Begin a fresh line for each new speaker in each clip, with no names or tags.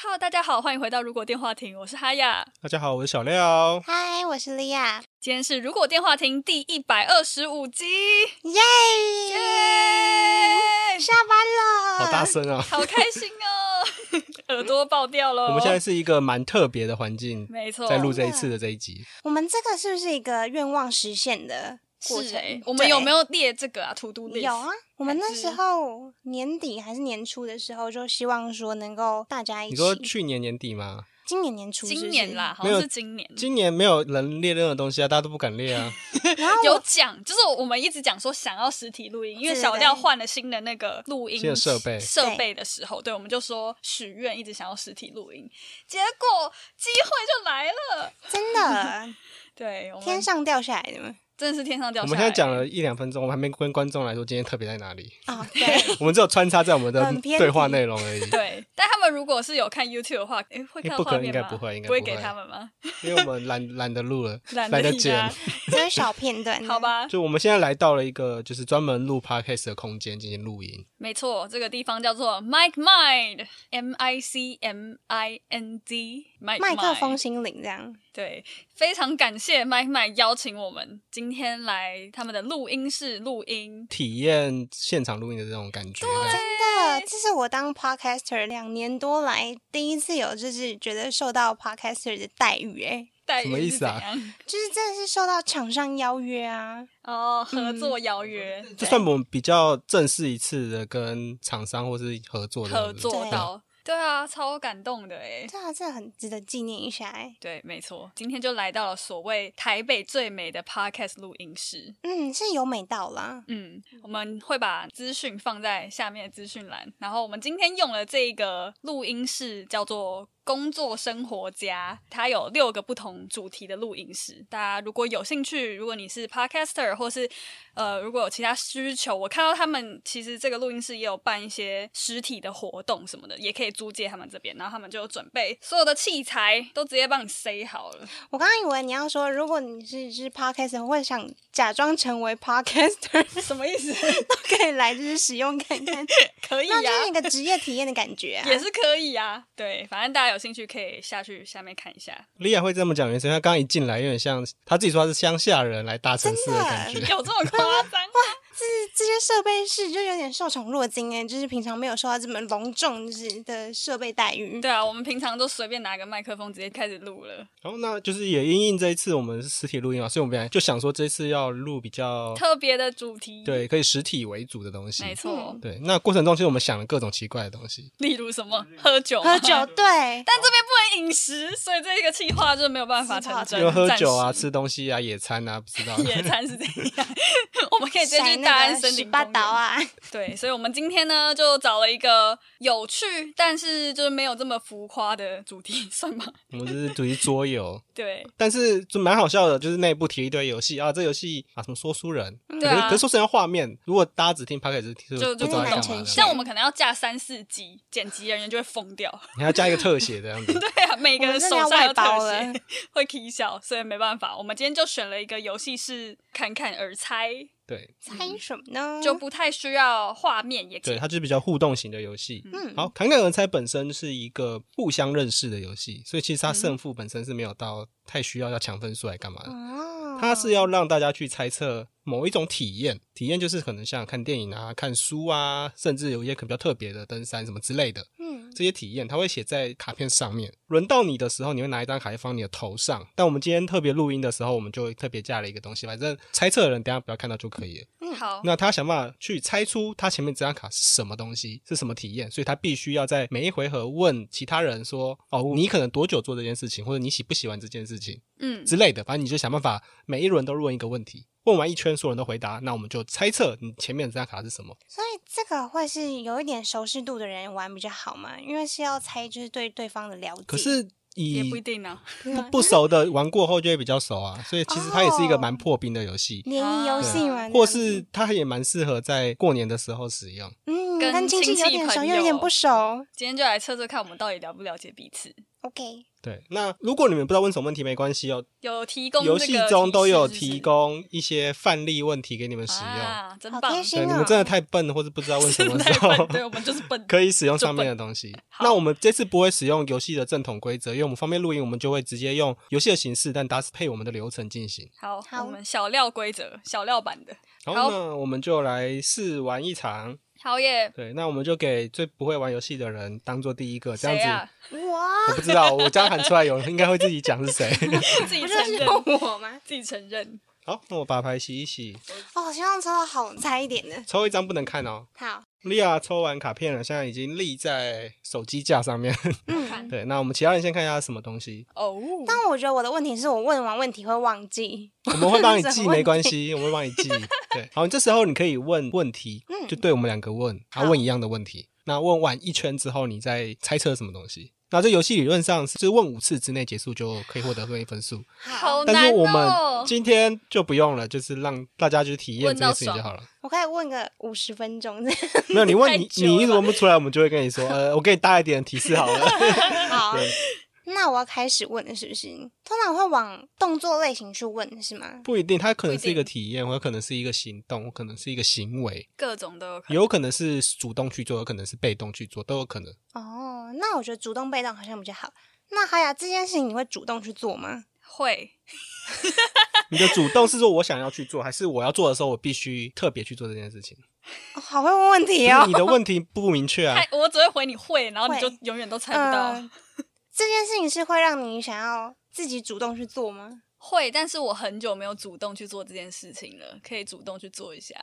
Hello，大家好，欢迎回到《如果电话亭》，我是哈雅。
大家好，我是小廖。
嗨，我是莉亚，
今天是《如果电话亭》第一百二十五集，
耶！
耶！
下班了，
好大声啊！
好开心哦， 耳朵爆掉了。
我们现在是一个蛮特别的环境，
哦没错
在录这一次的这一集。
我们这个是不是一个愿望实现的过
是哎
程？
我们有没
有？
有列这个啊？To do list
有啊，我们那
是
时候年底还是年初的时候，就希望说能够大家一
你说
起。
去年年底吗？
今年年初是不是，
今年啦，好
没
像
有
是今年。
今年没有人列任何东西啊，大家都不敢列啊。
哦
有讲，就是我们一直讲说想要实体录音，因为
对
小
对
廖
对
换了新的那个录音
新的设备
设备的时候，对，我们就说许愿一直想要实体录音，结果机会就来了。
真的
对，我们
天上掉下来的吗？
真的是天上掉
我
下来。
们现在讲了一两分钟，我们还没跟观众来说今天特别在哪里。
哦，对，
我们只有穿插在我们的
很偏题
对话内容而已，
对，但他们如果是有看 YouTube 的话，诶，会看到
不可
画面吗？
应该不会应该
不会
不
给
会
他们吗？
因为我们懒 懒得录了，
懒
得
理啊
剪。
只有小片段。
好，吧，
就我们现在来到了一个就是专门录 podcast 的空间进行录音。
没错，这个地方叫做 Mike Mind，M I C M I N D，Mike
麦克
Mind
风心灵这样。
对，非常感谢 Mike Mike 邀请我们今天来他们的录音室录音。
体验现场录音的这种感觉，这样
真的，这是我当 podcaster 两年多来第一次有，就是觉得受到 podcaster 的待遇、欸，
待遇
什么意思啊
是怎样？
就是真的是受到厂商邀约啊，
哦，合作邀约，
这算我们比较正式一次的跟厂商或是合作的
合作
对
到，对啊，超感动的哎。
对啊，这很值得纪念一下、欸，
对，没错，今天就来到了所谓台北最美的 Podcast 录音室。
嗯，是有美到啦，
嗯，我们会把资讯放在下面的资讯栏。然后我们今天用了这个录音室，叫做“工作生活家”，它有六个不同主题的录音室。大家如果有兴趣，如果你是 podcaster 或是呃，如果有其他需求，我看到他们其实这个录音室也有办一些实体的活动什么的，也可以租借他们这边。然后他们就有准备所有的器材，都直接帮你塞好了。
我刚刚以为你要说，如果你是是 podcaster 或者想假装成为 podcaster，
什么意思？
都可以来就是使用看看，
可以呀、啊
那就是一个职业体验的感觉啊，
也是可以啊，对，反正大家有兴趣可以下去下面看一下，
莉亚会这么讲，原因是因为她刚刚一进来有点像她自己说她是乡下人来大城市的感 觉，
有这么夸张？
这这些设备是就有点受宠若惊哎、就是平常没有受到这么隆重就是的设备待遇。
对啊，我们平常都随便拿个麦克风直接开始录了，
然后那就是也因应这一次我们是实体录音嘛，所以我们本来就想说这次要录比较
特别的主题，，
哦对可以实体为主的东西。
没
嗯
错，
对，那过程中其实我们想了各种奇怪的东西，
例如什么
嗯
喝酒吗，
喝酒对，
哦 但这边不能饮食，所以这个计划就没有办法成真。
有喝酒啊、
暂时
吃东西啊、野餐啊，不知道。
野餐是这样， 我们可以直接
甩
去
那
大安
个
森
十
林
八
公
岛
园
啊，
对，所以我们今天呢就找了一个有趣，但是就是没有这么浮夸的主题，算吗？
我们就是属于桌游，
对，
但是就蛮好笑的，就是内部提一堆游戏啊，这游戏啊什么说书人，
对啊
可是可是说书人画面，如果大家只听 p o d c a s
就
不
就
知道在
很难
干嘛
呈
的，
现
像我们可能要架三四集，剪辑人员就会疯掉。
你还要加一个特写这样子。
对啊， 每个人手
我们真的
上
要
有
外
特
包了
写， 会 k 笑，所以没办法。我们今天就选了一个游戏是侃侃而猜，嗯
对
猜什么呢？
就不太需要画面，也可
对，
以
它就是比较互动型的游戏。
嗯
好，侃侃而猜本身是一个互相认识的游戏，所以其实它胜负本身是没有到太需要要抢分数来干嘛
嗯
的。
哦，
它是要让大家去猜测某一种体验，体验就是可能像看电影啊、看书啊，甚至有一些可能比较特别的登山什么之类的。
嗯，
这些体验，它会写在卡片上面。轮到你的时候，你会拿一张卡片放你的头上。但我们今天特别录音的时候，我们就特别加了一个东西，反正猜测的人等一下不要看到就可以了。
好。
那他想办法去猜出他前面这张卡是什么东西，是什么体验，所以他必须要在每一回合问其他人说：“哦，你可能多久做这件事情，或者你喜不喜欢这件事情
嗯，
之类的。”反正你就想办法，每一轮都问一个问题。问完一圈，所有人都回答，那我们就猜测你前面这张卡是什么。
所以这个会是有一点熟识度的人玩比较好嘛，因为是要猜就是对对方的了解。
可是
也
以
不一定呢、
不 不熟的玩过后就会比较熟啊，所以其实它也是一个
哦
蛮破冰的游戏，
联谊游戏
啊
嘛，
或
这样
是它也蛮适合在过年的时候使用。
嗯，
跟
跟亲戚
亲
有
戚
点熟，
朋
又有点
友
不熟。
今天就来测测看我们到底了不了解彼此。
OK，
对，那如果你们不知道问什么问题没关系哦，
有提供这个
游戏中都有
提示是不是
提供一些范例问题给你们使用。
啊，真
好
棒！
贴心
对，你
哦
们真的太笨或是不知道问什
是
么 的
太
时候
笨，，对我们就是笨。
可以使用上面的东西。那我们这次不会使用游戏的正统规则，因为我们方便录音，我们就会直接用游戏的形式，但搭配我们的流程进行。
好，
好
我们小料规则，小料版的。
然
好
后呢，我们就来试玩一场。
好耶，
对，那我们就给最不会玩游戏的人当做第一个，这样
谁啊
子。
啊
呀？
哇，
我不知道，我这样喊出来，有人应该会自己讲是 谁。
自己
不
承
就是
认，
我吗？
自己承认。
好，那我把牌洗一洗，
哦，希望抽到好猜一点的。
抽一张不能看哦。
好，
莉亚抽完卡片了，现在已经立在手机架上面。
看
嗯，
对，那我们其他人先看一下什么东西，
哦，
但我觉得我的问题是我问完问题会忘记。
我们会帮你
什
记，
么问
没关系，我们会帮你记。对，好，这时候你可以问问题，
嗯
就对我们两个问，啊，问一样的问题。那问完一圈之后，你再猜测什么东西。那这游戏理论上是就是问五次之内结束就可以获得任意分数，
好
但
难
是我
哦
们。今天就不用了，就是让大家去体验
问
这
到
件事情
爽
就好了。
我可以问个五十分钟的。
没有，你问
太
你
久
你一直
了
问不出来，我们就会跟 你说，呃，我给你搭一点提示好 了。
好
对，
那我要开始问了，是不是？通常会往动作类型去问，是吗？
不一定，它可能
不一
是一个
定
体验，或者可能是一个行动，可能是一个行为，
各种都有可能。
有可能是主动去做，有可能是被动去做，都有可能。
哦，那我觉得主动被动好像比较好。那还有这件事情，你会主动去做吗？
会
你的主动是说我想要去做，还是我要做的时候我必须特别去做这件事情？
哦、好会问问题
就是
哦
你。的问题不明确啊
太，，哎我只会回你会，然后你就
会
永远都猜不到
嗯。这件事情是会让你想要自己主动去做吗？
会，但是我很久没有主动去做这件事情了，可以主动去做一下。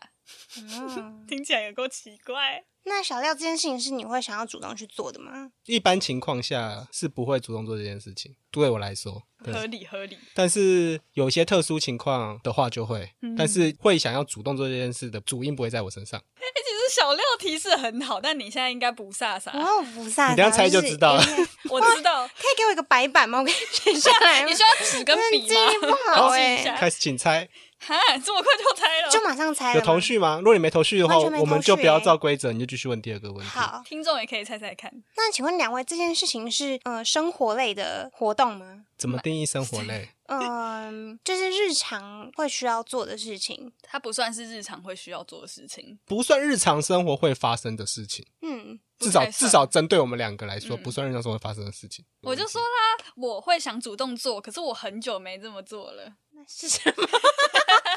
嗯，
听起来有够奇怪。
那小廖这件事情是你会想要主动去做的吗？
一般情况下是不会主动做这件事情。对我来说，
合
对，
理合理，哎
但是有些特殊情况的话就会，
嗯
但是会想要主动做这件事的主因不会在我身上。
哎、其实小料提示很好，但你现在应该不飒飒。
哦，不飒飒，
啊你等一下猜就知道了
是有点
我知道，
可以给我一个白板吗？我可以写下来 吗
你需？要纸跟
真的
笔
记忆不
吗？
好
记
哎、
一下
开始，请猜，
哈，这么快就猜了
就？马上猜了
有
吗。
头绪吗？如果你没头绪的话，
完全没头绪
我们就不要
欸
照规则，你就继续问第二个问题。
好，
听众也可以猜猜看，
那请问两位，这件事情是呃生活类的活动吗？
怎么定义生活类？
嗯，就是日常会需要做的事情。
它不算是日常会需要做的事情。
不算日常生活会发生的事情，
嗯，
不
至少
太
至
算
少针对我们两个来说，
嗯
不算日常生活发生的事情。
我就说啦，我会想主动做，可是我很久没这么做了。
那是什么？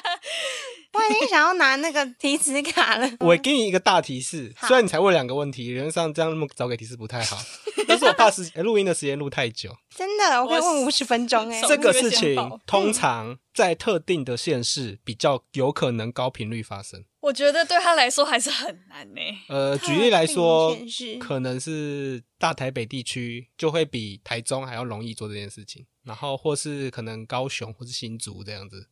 我已经想要拿那个提词卡了。
我给你一个大提示，
好
虽然你才问两个问题，理论上这样那么早给提示不太好，但是我怕时诶 录音的时间录太久。
真的，我可以
我
问五十分钟哎、
手
这
机
个
会
事
先
情
爆
通常在特定的县市比较有可能高频率发生。
我觉得对他来说还是很难欸呢、
呃，
特
举例来
定
说
县市，
可能是大台北地区就会比台中还要容易做这件事情，然后或是可能高雄或是新竹这样子，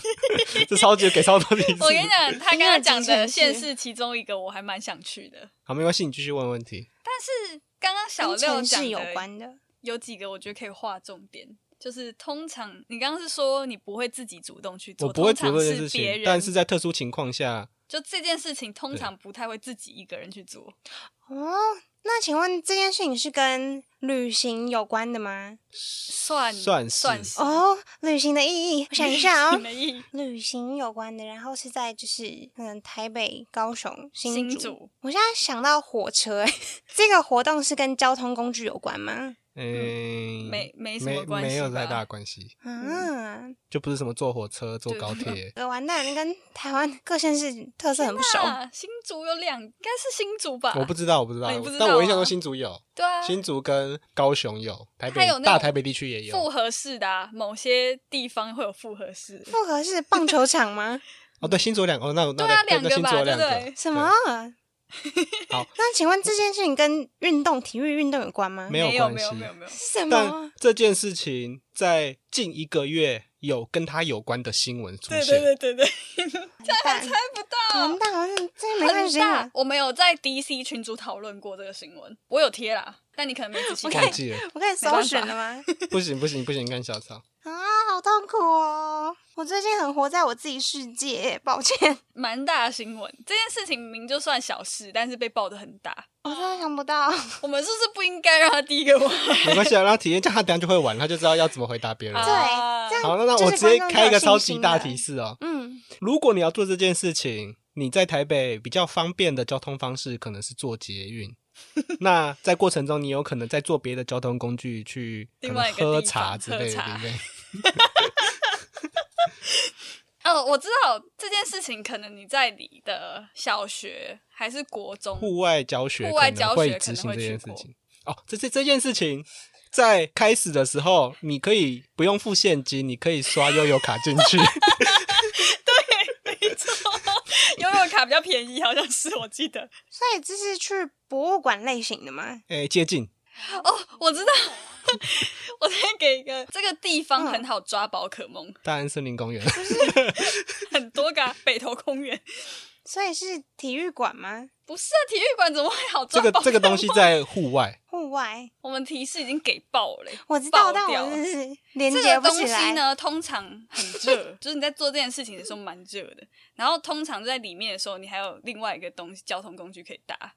这超级给超多提示。
我跟你 讲，他刚刚讲的县
你
市其中一个，我还蛮想去的。
好，没关系，你继续问问题。
但是刚刚小
跟
六
城
讲
市
的欸
有关的。
有几个我觉得可以划重点，就是通常你刚刚是说你不会自己主动去做，
我不会
通常
做这件
是
事
别
情
人，，
但是在特殊情况下，
就这件事情通常不太会自己一个人去做，
哦，那请问这件事情是跟旅行有关的吗？
算
算是
算是，
哦，旅行的意义，我想一 下啊、
你的意
旅行有关的，然后是在就是可能台北、高雄、新
新
竹。
主
我现在想到火车、欸， 这个活动是跟交通工具有关吗？
嗯，
没没什么
没
关系吧，
没有太大关系，
啊，
嗯
就不是什么坐火车、坐
对
高铁。
呃，完蛋，跟台湾各县市特色很不熟。
啊，新竹有两，应该是新竹 吧？
我不知道，我不知道
啊你不，知道
但我印象中
啊
新竹有，
对啊，
新竹跟高雄有，台北
还有那
大
种
台北地区也有。
复合式的啊，某些地方会有复合式。
复合是棒球场吗？
哦，对，新竹有两个哦，那 我那
对啊，
那
两
那
个
新
吧，
竹有
对
两
不
个
对？
什么？
好，
那请问这件事情跟运动、体育运动有关吗？
没
有
有关
没
系
有没有没有，
什么
但？这件事情在近一个月有跟他有关的新闻出
对对
现，
对对对，
这还猜
不到
完蛋，好像这没关
很
系
大
啊。。
我们有在 DC 群组讨论过这个新闻，我有贴啦。但你可能没仔细
我
看
忘。记了，
我开始搜
啊
寻了吗？
不行不行不行，看小草，
啊，好痛苦哦！我最近很活在我自己世界，抱歉，
蛮大的新闻，这件事情明就算小事，但是被爆的很大。
我真的想不到。
我们是不是不应该让他第一个 玩？
没关系啊，让他体验，这样他等下就会玩，他就知道要怎么回答别人。
好
对，这样
好，那那
就
我
是
直
观
接
众
开一个
有
啊
超
信
级
心
大
的
提示哦。
嗯，
如果你要做这件事情，你在台北比较方便的交通方式可能是坐捷 运。那在过程中，你有可能在坐别的交通工具去可
另
能
外一个
喝
地
茶
方
之
喝
类的，对
茶
不对？
哦，我知道这件事情，可能你在你的小学还是国中，
户外教学，
户外教学
会
可
执
能
行
会
这件
去
事
过
情。哦，这这这件事情在开始的时候，你可以不用付现金，你可以刷悠游卡进 去。
没错， 悠悠卡比较便宜，好像是我记得。
所以这是去博物馆类型的吗？
诶，哎接近
哦，我知道， 我再给一个，这个地方
嗯
很好抓宝可梦，
大安森林公 园，
很多个啊北投公园。
所以是体育馆吗？
不是啊，体育馆怎么会好
这
抓
个
宝可梦？
这个东西在户外，
户外，
我们提示已经给爆了欸、
我知道，
爆
但
掉
我
了
真是连
这
接
个
不
东
起
西
来。
呢，通常很热，就是你在做这件事情的时候蛮热的。然后通常在里面的时候，你还有另外一个东西，交通工具可以 搭。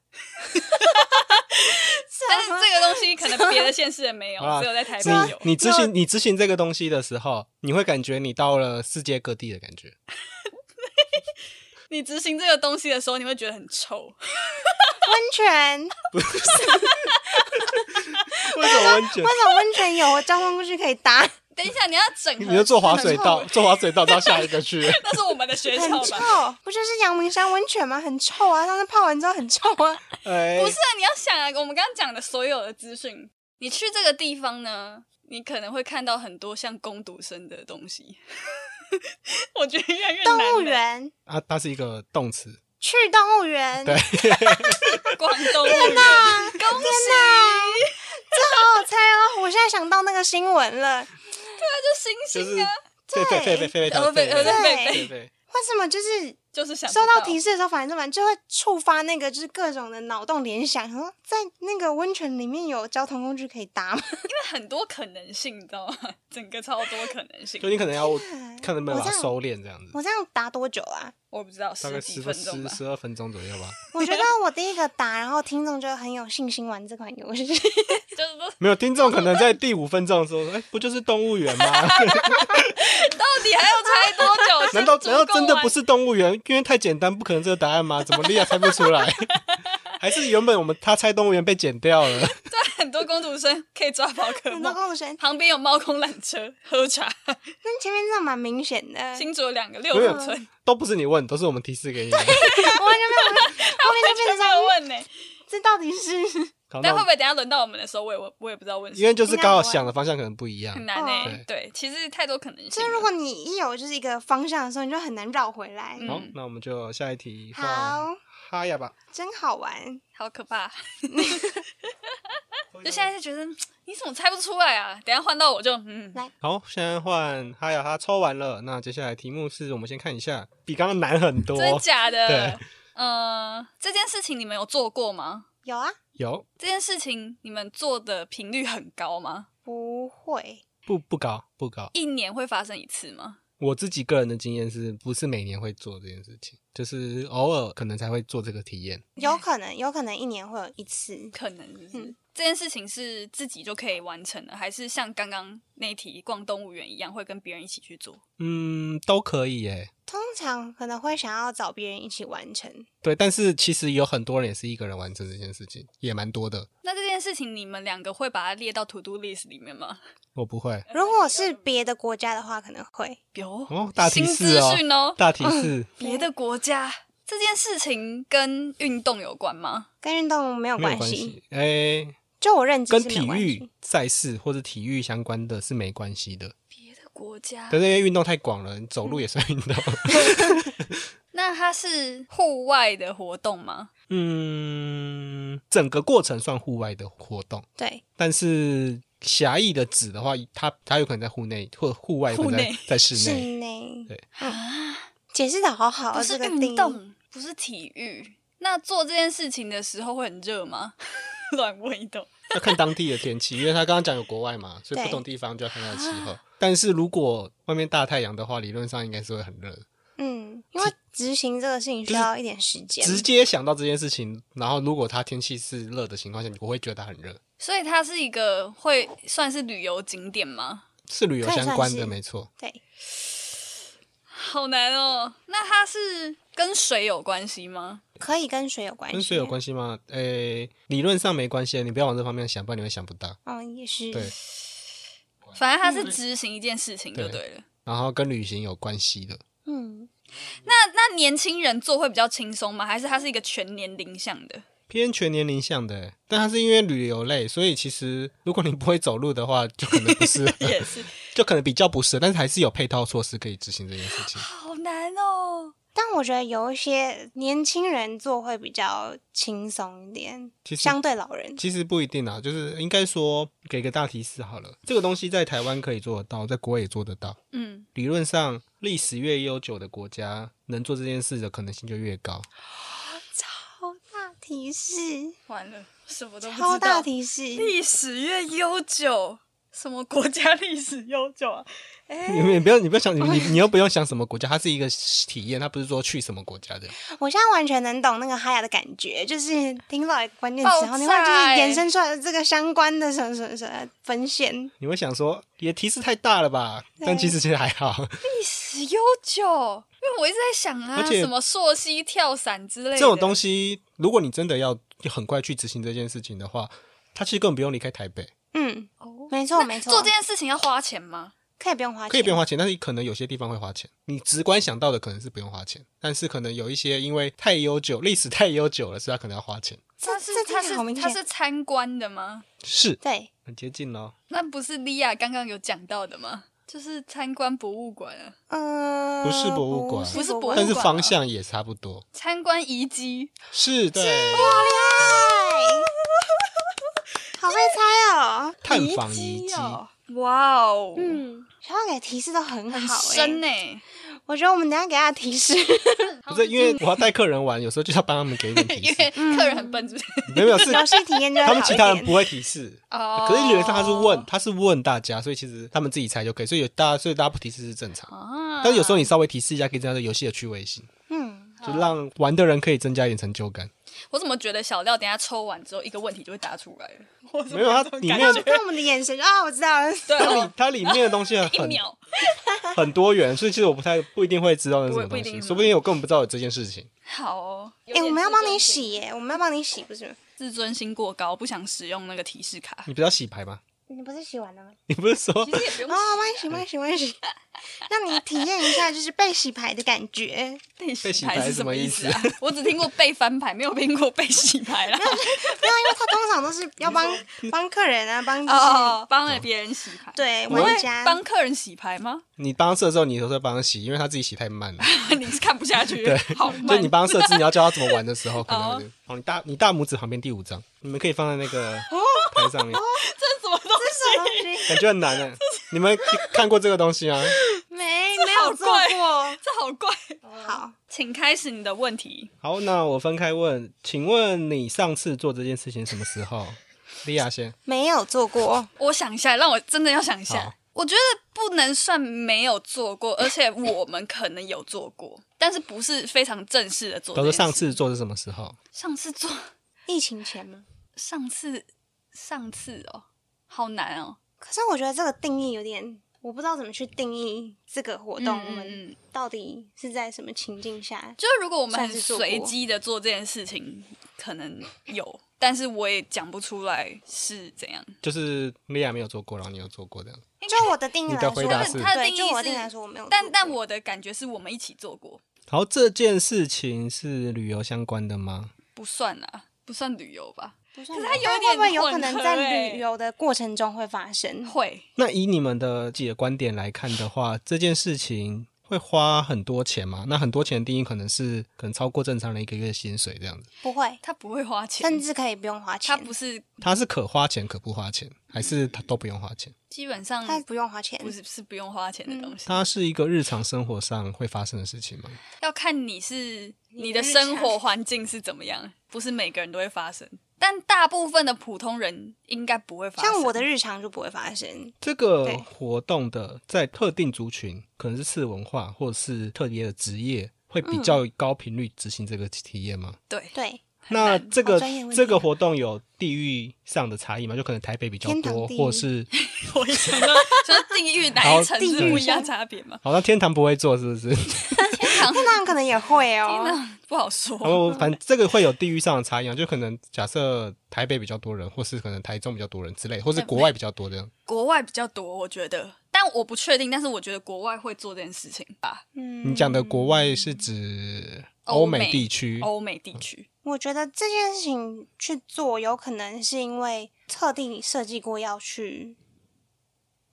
但是这个东西可能别的县市也没有
好啦，
只有在台北有。
啊你你执行你执行这个东西的时候，你会感觉你到了世界各地的感觉。
你执行这个东西的时候，你会觉得很臭，
温泉，
为什么温 泉
为？什么温泉有交通工具可以搭？
等一下，你要整合，
你就坐滑水
很
道，
臭
坐滑水道到下一个 去。
那是我们的学
很
校吧？
臭，欸不就是阳明山温泉吗？很臭啊！上次泡完之后很臭 啊。
哎，
不是啊，你要想啊，我们刚刚讲的所有的资讯，你去这个地方呢，你可能会看到很多像攻读生的东西。 我觉得越来越难了
动物园，
啊，它是一个动词。
去动物园，
对
广东人，恭喜，
好好猜哦！我现在想到那个新 闻了，
这
就
星
是
星啊，
狒狒狒狒狒
呃狒
狒
呃
狒
狒狒
狒狒。
为什么就是
就是想不
收到提示的时候反应这么慢，就会触发那个就是各种的脑洞联想，然后在那个温泉里面有交通工具可以 搭吗？
因为很多可能性，你知道吗？整个超多可能性
就，你可能要
啊
看能不能把它
我这样
收敛这样子，
我这样答多久 啊？
我不知道
大概
十几
十
分钟
十
吧。
十二分钟左右吧。
我觉得我第一个答，然后听众就很有信心玩这款 游戏。
就是说
没有听众可能在第五分钟的时候，哎，不就是动物 园吗？
到底还要猜多久？
难 道
是足
难
够
道
啊
真的
玩
不？是动物园？因为太简单，不可能这个答 案吗？怎么厉害猜不出来？还是原本我们他猜动物园被剪掉了？
很多工读生可以抓宝可
很多
梦，
公主生，
旁边有猫空缆车、喝茶，
那前面这蛮明显 的，我
新竹有两个六
没有
福
哎
村，
都不是你问，都是我们提示给你的。
完全没有， 后面就变成
真
这
的
样
问呢、
这到底 是
好
但
那我
会不会等一下轮到我们的时候，我也我我也不知道问
因
谁，
为就是刚好想的方向可能不一样
很。难呢、
哦
对，其实太多可能性
就
了。
是如果你一有就是一个方向的时候，你就很难绕回来，
嗯
好，那我们就下一题换
好
哈呀吧。
真好玩。
好可怕！ 就现在就觉得嗯你怎么猜不出来啊？等一下换到我就嗯，
来
好，现在换哈呀哈抽完了，那接下来题目是我们先看一下，比刚刚难很多。
真假的
对？
呃，这件事情你们有做过吗？
有啊，
有
这件事情你们做的频率很高吗？
不会，
不不高不高，
一年会发生一次吗？
我自己个人的经验是不是每年会做这件事情，就是偶尔可能才会做这个体验。
有可能，有可能一年会有一次。
可能是不是
嗯
这件事情是自己就可以完成的，还是像刚刚那一题逛动物园一样，会跟别人一起去做？
嗯，都可以耶。
通常可能会想要找别人一起完成。
对，但是其实有很多人也是一个人完成这件事情，也蛮多的。
那这件事情你们两个会把它列到 to do list 里面吗？
我不会
如果是别的国家的话，可能会。
有
哦，大提
新
示
资
哦，
讯哦，
大提 示、
别的国家这件事情跟运动有关吗？
跟运动没有
没有
关
关
系，
系，哎，
就我认知
跟
是没有
体
关
育
系。
赛事或者体育相关的是没关系的。
别的国家，
但是因为运动太广了，你走路也算运 动。
那它是户外的活动吗？
嗯，整个过程算户外的活动，
对，
但是狭义的指的话，它它有可能在户内或户外，
户
或者在
内
在室
室
内。
内嗯
对
啊，
解释的好好哦，
不是
这个
运
定义。
动， 不是体育。那做这件事情的时候会很热吗？乱问一通。
要看当地的天 气，因为他刚刚讲有国外嘛，所以
对
不同地方就要看它的气候。但是如果外面大太阳的话，理论上应该是会很热的。
嗯，因为执行这个事情需要一点时间。
直接想到这件事情，然后如果它天气是热的情况下，我会觉得它很热，
所以它是一个会算是旅游景点吗？
是旅游相
可以
关
算
的，
是
没错。
对，
好难哦。那它是跟水有关系吗？
可以跟水有关系，
跟水有关系吗？诶、理论上没关系，啊你不要往这方面想，不然你会想不到。
哦，也是
对，
反正它
嗯
是执行一件事情就对了。
然后跟旅行有关系的，
嗯，
那那年轻人做会比较轻松吗？还是它是一个全年龄向的？
偏全年龄向的、欸但它是因为旅游类，所以其实如果你不会走路的话，就可能不适合，
也是，
就可能比较不适合，但是还是有配套措施可以执行这件事情。
好难哦。
但我觉得有一些年轻人做会比较轻松一点，
其实
相对老人，
其实不一定啊，就是应该说给个大提示好了，这个东西在台湾可以做得到，在国外也做得到。
嗯，
理论上，历史越悠久的国家，能做这件事的可能性就越高。
超大提示，
完了，什么都不知道。
超大提示，
历史越悠久，什么国家历史悠久啊？
你们也不要，你不要想，你你你又不用想什么国家，它是一个体验，它不是说去什么国家的。
我现在完全能懂那个哈雅的感觉，就是听到一个关键
爆炸
词，然后你会就是
欸
衍生出来的这个相关的什么什么什么分线，
你会想说，也提示太大了吧？但其实其实还好，
历史悠久，因为我一直在想啊，
而且
什么溯溪跳伞之类的
这种东西，如果你真的要很快去执行这件事情的话，它其实根本不用离开台北，
嗯，
哦
没错没错，
做这件事情要花钱吗？
可以不用花钱，
可以不用花钱，但是可能有些地方会花钱。你直观想到的可能是不用花钱，但是可能有一些因为太悠久，历史太悠久了，所以它可能要花钱。
这
它是
这听
它
起来好明
是它
显，
是参观的吗？
是
对，
很接近咯。
那不是莉亚刚刚有讲到的吗？就是参观博物馆啊，
嗯，
不是博物馆
不是博物馆
但是方向也差不多。
参观遗迹，
是对，
好会猜哦，
探访遗迹，
哦，哇哦，
嗯，小雅给提示都很
很
好、欸，
深呢、
我觉得我们等一下给他提示，
不是因为我要带客人玩，有时候就要帮他们给一
欸
点 提
因
示。
为客人很笨，是不是？
嗯
没有没有是
游戏体验就会
他们
好
其
一
他人
点。
不会提示，
哦
可是理论上他是问，他是问大家，所以其实他们自己猜就可以。所以有大家，所以大家不提示是正常。
啊，
但是有时候你稍微提示一下，可以增加游戏的趣味性，
嗯，
就让玩的人可以增加一点成就感。
我怎么觉得小廖等一下抽完之后一个问题就会答出来了？ 我怎么
没有它
这种
里
感
面
觉
看我们的眼神啊，我知道了。
对
它
哦
里它里面的东西
一
很
秒，
很多元，所以其实我不太不一定会知道那是什么
不会不一
东
定
西，
吗
说不定我根本不知道有这件事情。
好哦。
哎、我们要帮你洗耶、我们要帮你洗，不是吗？
自尊心过高，不想使用那个提示卡。
你不是要洗牌吗？
你不是洗完了吗？
你不是说
其实也不用啊
哦，帮 你洗，帮你洗，帮你洗， 让你体验一下就是被洗牌的感觉。
被
被洗
洗
牌
牌
是
是
什
什
么
么
意思
思啊？ 我只听过被翻牌，没有听过被洗牌啦。
没有，因为他通常都 是要帮帮客人啊，帮就是、
哦，帮了别人洗牌，，
对
我会
玩家
帮客人洗牌吗？
你帮他设之后，你有时候帮他洗，因为他自己洗太慢了。
你是看不下去，好
就
慢
你。帮他设置，你要教他怎么玩的时候，可能有点哦，你大你大拇指旁边第五张，你们可以放在那个牌上面，
这是什么东西？
这东 西
感觉很难哎。你们看过这个东西吗？
没
这
没
好
有做
贵
过。
这好怪。
好，
请开始你的问题。
好，那我分开问，请问你上次做这件事情什么时候？莉亚先，
没有做过。
我想一下，让我真的要想一
好
下。我觉得不能算没有做过，而且我们可能有做过，但是不是非常正式的做
都
这件事。
说上次做是什么时候？
上次做
疫情前吗？
上次上次哦，好难哦。
可是我觉得这个定义有点，我不知道怎么去定义这个活动，
嗯
我们
嗯
到底是在什么情境下？
就是如果我们
算
很
是做
随
过
机的做这件事情，可能有，但是我也讲不出来是怎样。
就是莉亚没有做过，然后你有做过这样。
就我的定义来
你的回答是
说，
他的
对，
定义
就我
是
的定义来说，我没有做过。
嗯
但但我的感觉是我们一起做过，
好，这件事情是旅游相关的吗？
不算啊，不算旅游吧？
不算
可是
吧
它有
但
点
会不会有可
混合
能在
欸
旅游的过程中会发生？
会，
那以你们的自己的观点来看的话，这件事情会花很多钱吗？那很多钱的定义可能是可能超过正常人一个月的薪水这样子，
不会，
他 不会花钱，
甚至可以不用花
他
钱，
不是
它是可花钱可不花钱，还是它都不用花钱？
基本上
他不用花钱。嗯
不是是不用花钱的东西，
它是一个日常生活上会发生的事情吗？
要看你是
你
你的
日
生
常
活环境是怎么样，不是每个人都会发生。但大部分的普通人应该不会发生。
像我的日常就不会发生。
这个
对
活动的在特定族群，可能是次文化或者是特别的职业，会比
嗯
较高频率执行这个体验吗？
对，
对，
很
那
难
这个
好专业问题啊
这个活动有地域上的差异吗？就可能台北比较
天堂
多，
地狱
或是
我也想到，就是地狱哪
好
一层
地
是
狱
不一样差别嘛？
好像天堂不会做，是不 是？
天堂
那可能也会哦。
那不好说。
然后反正这个会有地域上的差异啊，就可能假设台北比较多人，或是可能台中比较多人之类，或是国外比较多
嗯
这样。
国外比较多，我觉得，但我不确定，但是我觉得国外会做这件事情吧。
嗯，
你讲的国外是指
欧
欧
美
美地区，
欧美地区，
我觉得这件事情去做，有可能是因为特地设计过要去，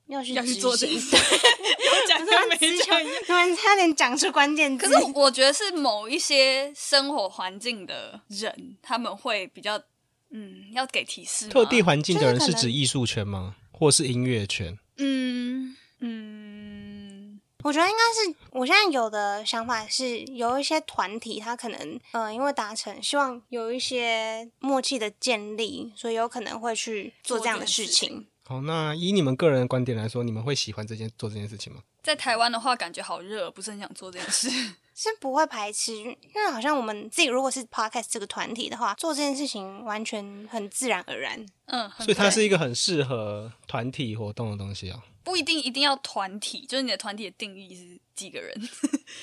要去
要去做这件
执
事
行。
有讲
突
跟
然
没
词
讲
穷
一样。
突然差点讲出关键字。
可是我我觉得是某一些生活环境的人，他们会比较，嗯，要给提示吗。
特定环境的人
就是
是
可能
指艺术圈吗？或是音乐圈？
嗯嗯，
我觉得应该是，我现在有的想法是，有一些团体他可能，呃，因为达成希望有一些默契的建立，所以有可能会去做这样的事
做这件
情。
好，那以你们个人的观点来说，你们会喜欢这件做这件事情吗？
在台湾的话，感觉好热，不是很想做这件事。
是不会排斥，因为好像我们自己如果是 podcast 这个团体的话，做这件事情完全很自然而然。
嗯，很
所以它
热
是一个很适合团体活动的东西啊。
不一定一定要团体，就是你的团体的定义是几个人，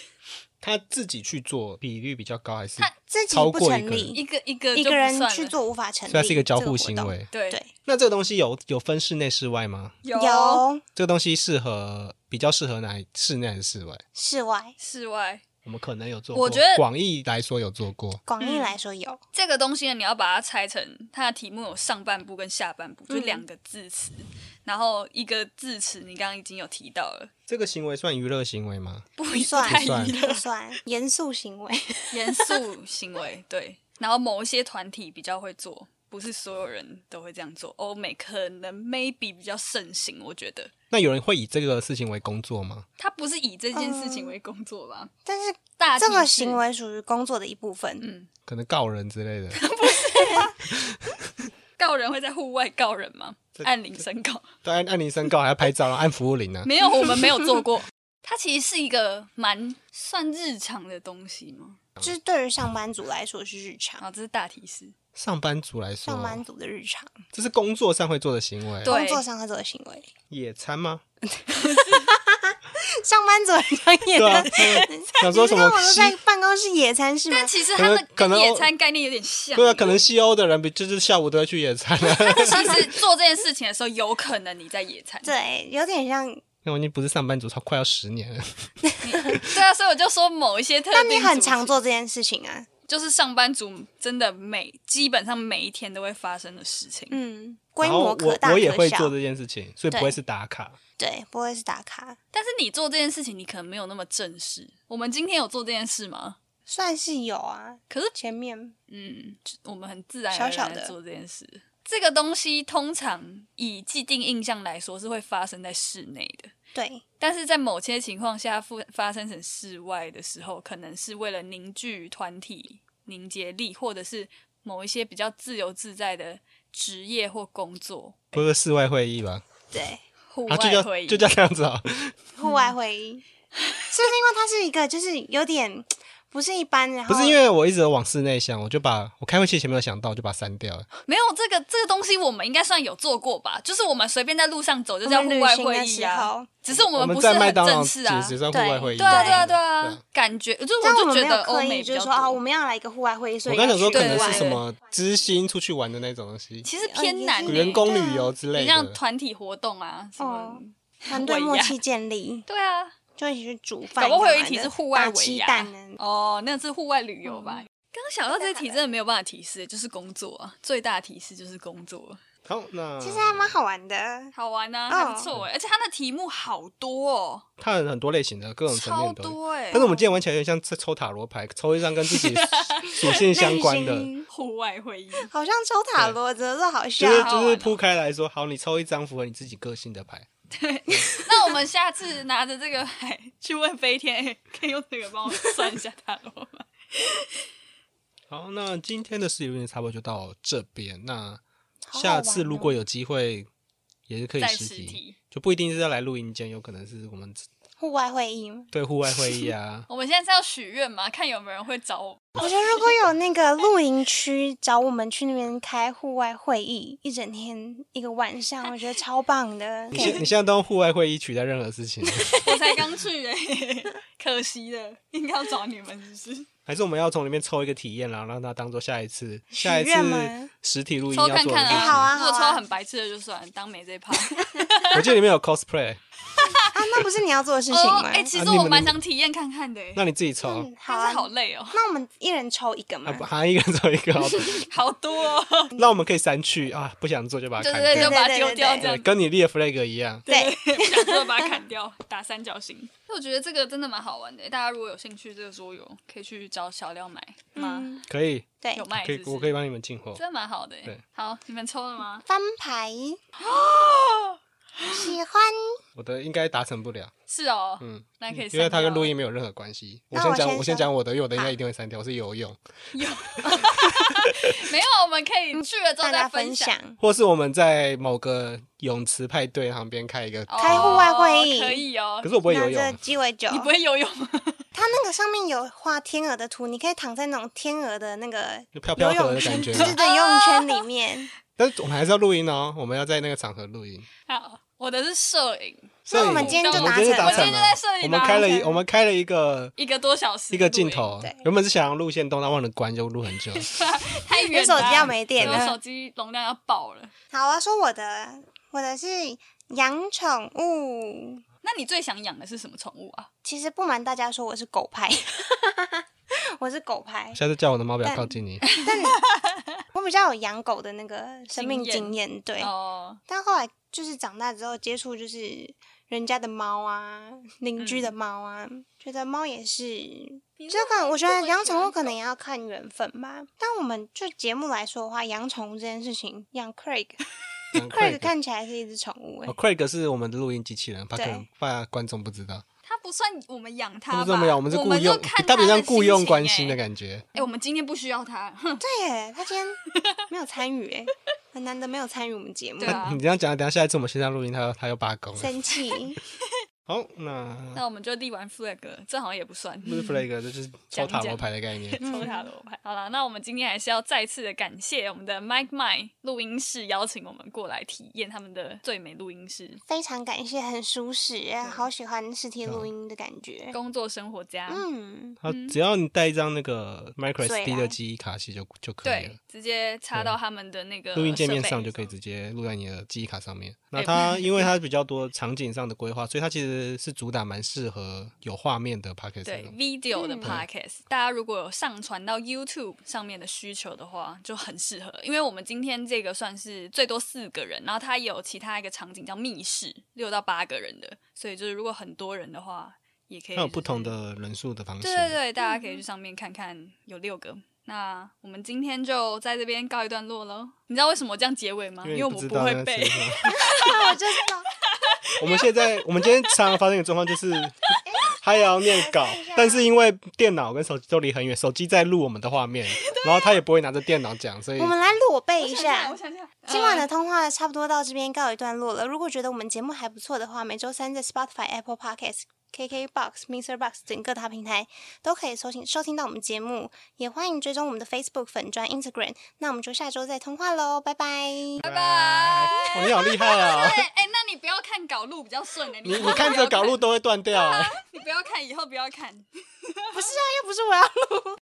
他自己去做比率比较高，还是
他
自己
超
不
过一
成
个
立，
一个一个
一
就
个
不
人
算
去
了。
做无法成立，
所以它是一个交互行为？。
对
对，
那这个东西有有分室内室外吗？
有
有
这个东西适合比较适合哪室内还是室外？
室外
室外
我们可能有做
我
过，
觉得
广义来说有做过。
广
嗯
义来说有，
这个东西呢，你要把它拆成它的题目有上半部跟下半部，就两个字词，然后一个字词你刚刚已经有提到了，
这个行为算娱乐行为吗？
不
不算
太
算
一
不
了，
算严肃行为。
严肃行为对，然后某一些团体比较会做。不是所有人都会这样做，欧美可能 maybe 比较盛行，我觉得
那有人会以这个事情为工作吗？
他不是以这件事情为工作吧？
但是
大
嗯这
体
个
是
行为属于工作的一部分。
嗯，
可能告人之 类的。
告人会在户外告人吗
这？
按铃声告？
对，按按铃声告，还要拍照，然后按服务铃啊呢、
没有，我们没有做过。它其实是一个蛮算日常的东西嘛。
嗯
就是对于上班族来说是日常，
哦
好，这是大提示。
上班族来说，
上班族的日常，
这是工作上会做的行为。
对
工作上会做的行为。
野餐吗？
上班族很常野
对啊，
餐，
他们想说什么
你是跟我
西？啊
在办公室野餐是吗
但？其实它的
可
跟
能
野餐概念有点像。
对啊，可能西欧的人比就是下午都会去野餐啊。
但其实做这件事情的时候，有可能你在野餐。
对，有点像，
那我已经不是上班族，超快要十年了。
对啊，所以我就说某一些特定，
但你很常，做这件事情啊。
就是上班族真的每基本上每一天都会发生的事情。
嗯，规
然后
模可
我
大
我也
可
会做
小，
这件事情，所以不
对
会是打卡。
对，不会是打卡，
但是你做这件事情，你可能没有那么正式。我们今天有做这件事吗？
算是有啊。
可是
前面
嗯，就我们很自然
小
而
小
然地
的
做这件事。这个东西通常以既定印象来说是会发生在室内的，
对，
但是在某些情况下发发生成室外的时候，可能是为了凝聚团体凝结力，或者是某一些比较自由自在的职业或工作。
不是室外会议吧？
对，
户
啊，就
外
叫
会议
就叫这样 子啊、
户外会议， 是不是因为它是一个就是有点不是一般，然
不
后
是因为我一直往室内想，我就把我开会之前没有想到，我就把它删掉了。
没有这个这个东西，我们应该算有做过吧？就是我们随便在路上走就叫户外会议啊，，只是我
我
们不是
在麦
很
当劳
正
只
式啊。
只算户外会议。
对啊，对啊，对
对
啊
啊，
感觉就是
但我
就
们
觉
没有
得
刻
欧
意
美
就
比
是
较
说啊，我
多。
们要来一个户外会议，所
啊我
以
刚想说，
要去
可能
户外
是什
对
么知心出去玩的那种东西，
其实偏难欸，
哦也是
员工旅游之类
你像
的。
团体活动啊什么
哦。团队默契建立，
对啊，
就一起去煮饭。
搞不好会有一
干嘛
题
的
是户外
打
尾
鸡
牙
蛋啊呢。
哦，那是户外旅游吧？
嗯
刚刚想到这题真的没有办法提示，就是工作啊，最大的提示就是工作，
好，那
其实还蛮好玩的，
好玩啊，
嗯
还不错哎，而且它的题目好多哦，
它有很多类型的各种层
超
面都有。
多哎
但，是我们今天玩起来有点像在抽塔罗牌，抽一张 跟自己属性相关的
内，心
户外会议，
好像抽塔罗，真的是好笑
就。是
好好
就
玩
是
哦
铺开来说，好，你抽一张符合你自己个性的牌。
那我们下次拿着这个牌去问飞天，哎，可以用这个帮我算一下塔罗吗？
好，那今天的实体录音差不多就到这边。那
好好
下次
玩
如
哦
果有机会，也是可以
在
实
实
体，
体。
就不一定是要来录音间，有可能是我们
户外会议吗，
对户外会议啊
。我们现在是要许愿嘛？看有没有人会找 我。
我觉得如果有那个露营区找我们去那边开户外会议，一整天一个晚 上，我觉得超棒的。
你现你现在都用户外会议取代任何事情，
我才刚去哎、可惜了，应该要找你们是不是？
还是我们要从里面抽一个体验，然后让它当做下一次下一次
许愿吗
实体录音
抽
要
看
做
看
的
啊，
事情。
哎好啊
如果抽到很白痴的就算，当没这一趴。
我记得里面有 cosplay，
啊，那不是你要做的事情
哦，
吗？
哎、其实
啊你
我
们
蛮想体验看看的、欸，
那你自己抽。
嗯，好
但
啊
是，好累哦，
那我们一人抽一个嘛
啊，。不好像一个人做一个 好，
好多、哦，
嗯
那我们可以删去啊，不想做就把它
对
砍
对对，
掉
就，把它丢掉这样
对，
子。
跟你列 flag 一样。
对，
不想做把它砍掉，打三角形。因为 我觉得这个真的蛮好玩的，欸大家如果有兴趣这个桌游，可以去找小廖买吗？
嗯，
可以，
对
有，卖
可
是
以，
不是，
我可以帮你们进货。
真的蛮好的欸。
对
好，你们抽了吗？
翻 牌，喜欢。
我的应该达成不了，
是哦，
嗯，
那可以删掉
因为它跟录音没有任何关系。我
那
先
我
讲，
先
我先
说
讲我的，因为我的应该一定会删掉，是游泳，
没有，我们可以去了之后
大
再
家分
享。哦
享。
或是我们在某个泳池派对旁边开一个，
哦
开户外会议
可以哦
可。是我不会游
那这
泳，
鸡尾酒，
你不会游泳吗？
它那个上面有画天鹅的图，你可以躺在那种天鹅的那 个
就飘飘
游
河
泳
的感
圈，
觉
对
嘛。
对对，游泳圈里 面。
但是我们还是要录音哦，我们要在那个场合录音。
好，我的是摄影，
所以
那我们今天就
我们今天就
达
达
成
了我今天
成了
就在摄，影
我们开了
达
一
成
我们开了一个
一个多小时
一个镜，头
对，
原本是想要录线动，但忘了关，就录很久。
太远了，
你手机要没电
对我
了
手机容量要爆了。
好，我要说我的，我的是养宠物。
那你最想养的是什么宠物啊？
其实不瞒大家说，我是狗派， 我是狗派，
下次叫我的猫不要靠近你。
我比较有养狗的那个生命经
经
验。对，
哦，
但后来就是长大之后接触就是人家的猫啊，邻居
嗯
的猫啊，觉得猫也是。这个我觉得养宠物可能也要看缘分吧。但我们就节目来说的话，养宠物这件事情，养 Craig，Craig
嗯 Craig
看起来是一只宠物、欸
哦，，Craig 是我们的录音机器人，怕可
对
能怕观众不知道，
它不算我们养它
不
吧？
知道没有，我们是雇
就
佣
看，
它比较像
像
雇佣关心的感觉。
哎、我们今天不需要 它，哼，
对耶，他今天没有参与哎，很难得没有参与我们节目
对，啊
哎你。这样讲，等一下下一次我们线上录音，他他又罢工了。
生气。
好，那
那我们就立完 flag，了这好像也不算。
不是 flag，这就是抽塔
讲一
罗
讲
牌的概念。
抽塔罗牌。好了，那我们今天还是要再次的感谢我们的 Mike Mike 录音室邀请我们过来体验他们的最美录音室
非常感谢，很 舒适，好喜欢实体
啊
录音的感觉。
工作生活家。
嗯，
他只要你带一张那个 micro
对
SD
啊
的记忆卡其实就就可以了
对。，直接插到他们的那个
录音界面
设备
上就可以直接录在你的记忆卡上面。那
哎
它因为它比较多场景上的规划，所以它其实是主打蛮适合有画面的 p o c k e t
对 video 的 podcast，、大家如果有上传到 YouTube 上面的需求的话，就很适合。因为我们今天这个算是最多四个人，然后它也有其他一个场景叫密室，六到八个人的，所以就是如果很多人的话，也可以、
它有不同。的人数的方式。
对对对，大
嗯
家可以去上面看看，有六个。那我们今天就在这边告一段落喽。你知道为什么我这样结尾吗？因
因为
我们
你知
不
道
会
那
背
是。什么
那我就知 道。
我们现在我们今天常常发生一个状况，就是他也要念稿，但是因为电脑跟手机都离很远，手机在录我们的画面，然后他也不会拿着电脑讲，所以
我们来裸背一
我想
下
我。想呃想，
今晚的通话差不多到这边告一段落了。如果觉得我们节目还不错的话，每周三在 Spotify、Apple Podcasts、KKBox、Mr. Box 等各大平台都可以收听收听到我们节目，也欢迎追踪我们的 Facebook 粉专 Instagram。那我们就下周再通话喽，拜拜。
拜拜。
哇你好厉害 啊！
对，哎、那你不要看搞路比较顺的、
你
以后
你看
不
着
要
稿路，都会断掉、哎
你不要看，以后不要看。
不是啊，又不是我要录。